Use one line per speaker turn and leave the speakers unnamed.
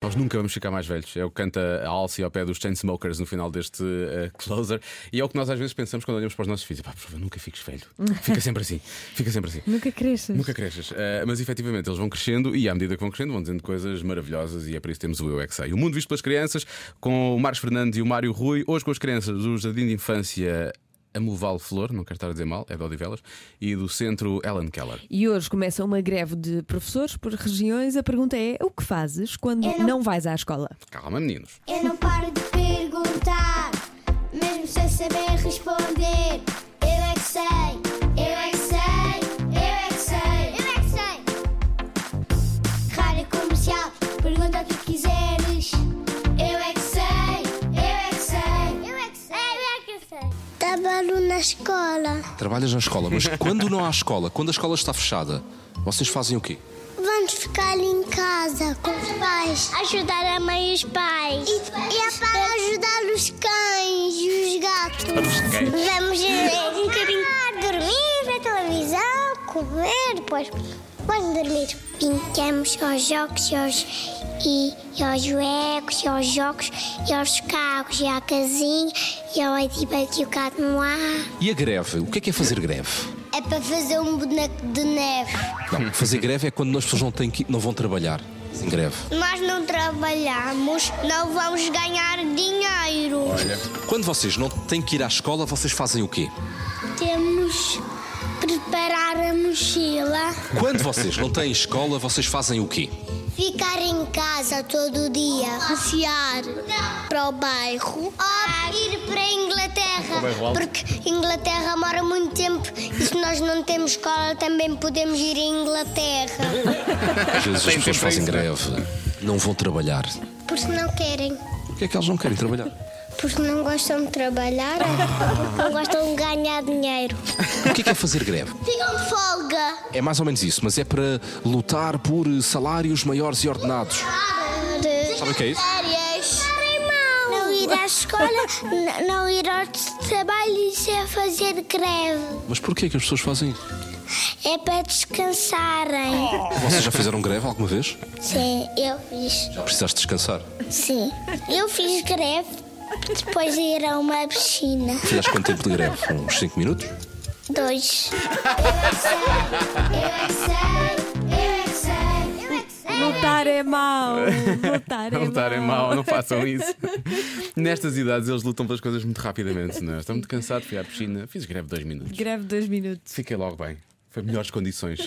Nós nunca vamos ficar mais velhos. É o que canta a Alce ao pé dos Chainsmokers no final deste eh, closer. E é o que nós às vezes pensamos quando olhamos para os nossos filhos: pá, por favor, nunca fiques velho. Fica sempre assim. Fica sempre assim.
Nunca cresces.
Nunca cresces. Eh, mas efetivamente eles vão crescendo e à medida que vão crescendo vão dizendo coisas maravilhosas e é por isso que temos o Eu é Que Sei. O Mundo Visto pelas Crianças com o Marcos Fernandes e o Mário Rui. Hoje com as crianças do Jardim de Infância Amoval Flor, não quero estar a dizer mal, é de Odivelas, e do Centro Ellen Keller.
E hoje começa uma greve de professores por regiões. A pergunta é: o que fazes quando
Eu
não...
não-
vais à escola?
Calma, meninos.
Eu não paro de perguntar, mesmo sem saber responder. Eu é que sei, eu é que sei, eu é que sei, eu é que sei. Rádio comercial, pergunta o que quiseres. Eu é que sei, eu é que sei, eu é que sei, eu é que sei. Trabalho na escola,
Trabalhas na escola, mas quando não há escola, quando a escola está fechada, vocês fazem o quê?
vamos ficar em casa com os pais, ajudar a mãe e os pais, e, é para ajudar os cães e os gatos. Vamos eh, um bocadinho. dormir, ver televisão, comer, depois vamos dormir. Brincamos aos jogos e aos, e, e aos juegos, e aos jogos, e aos carros, e à casinha, e ao Ladybug e o gato no ar.
E a greve? O que é que é fazer greve?
É para fazer um boneco de neve.
Não, fazer greve é quando as pessoas não, têm que, não vão trabalhar. Em greve.
Nós não trabalhamos, não vamos ganhar dinheiro.
Quando vocês não têm que ir à escola, vocês fazem o quê?
Temos preparar a mochila.
Quando vocês não têm escola, vocês fazem o quê?
Ficar em casa todo dia, passear para o bairro ou ir para a Inglaterra, porque Inglaterra mora muito tempo e se nós não temos escola também podemos ir à Inglaterra.
Às vezes as pessoas fazem greve, não vão trabalhar.
Porque não querem,
O que é que elas não querem trabalhar?
porque não gostam de trabalhar, não gostam de ganhar dinheiro.
O que é que é fazer greve?
Ficam de folga.
É mais ou menos isso, mas é para lutar por salários maiores e ordenados. Sabe o que é isso?
Férias. Não ir à escola, n- não ir ao trabalho, isso é fazer greve.
Mas porquê que as pessoas fazem isso?
É para descansarem.
Vocês já fizeram greve alguma vez?
Sim, eu fiz.
Já precisaste descansar?
Sim. Eu fiz greve depois de ir a uma piscina.
Fizeste quanto tempo de greve? Uns 5 minutos?
Dois. é Eu é que sei, eu é que sei, eu é que sei.
Voltar é mau! Voltar é
Voltarem
mau!
mal, não façam isso. Nestas idades eles lutam pelas coisas muito rapidamente, não é? Estou muito cansado, fui à piscina, fiz greve dois minutos.
Greve dois minutos.
Fiquei logo bem. Foi melhores condições.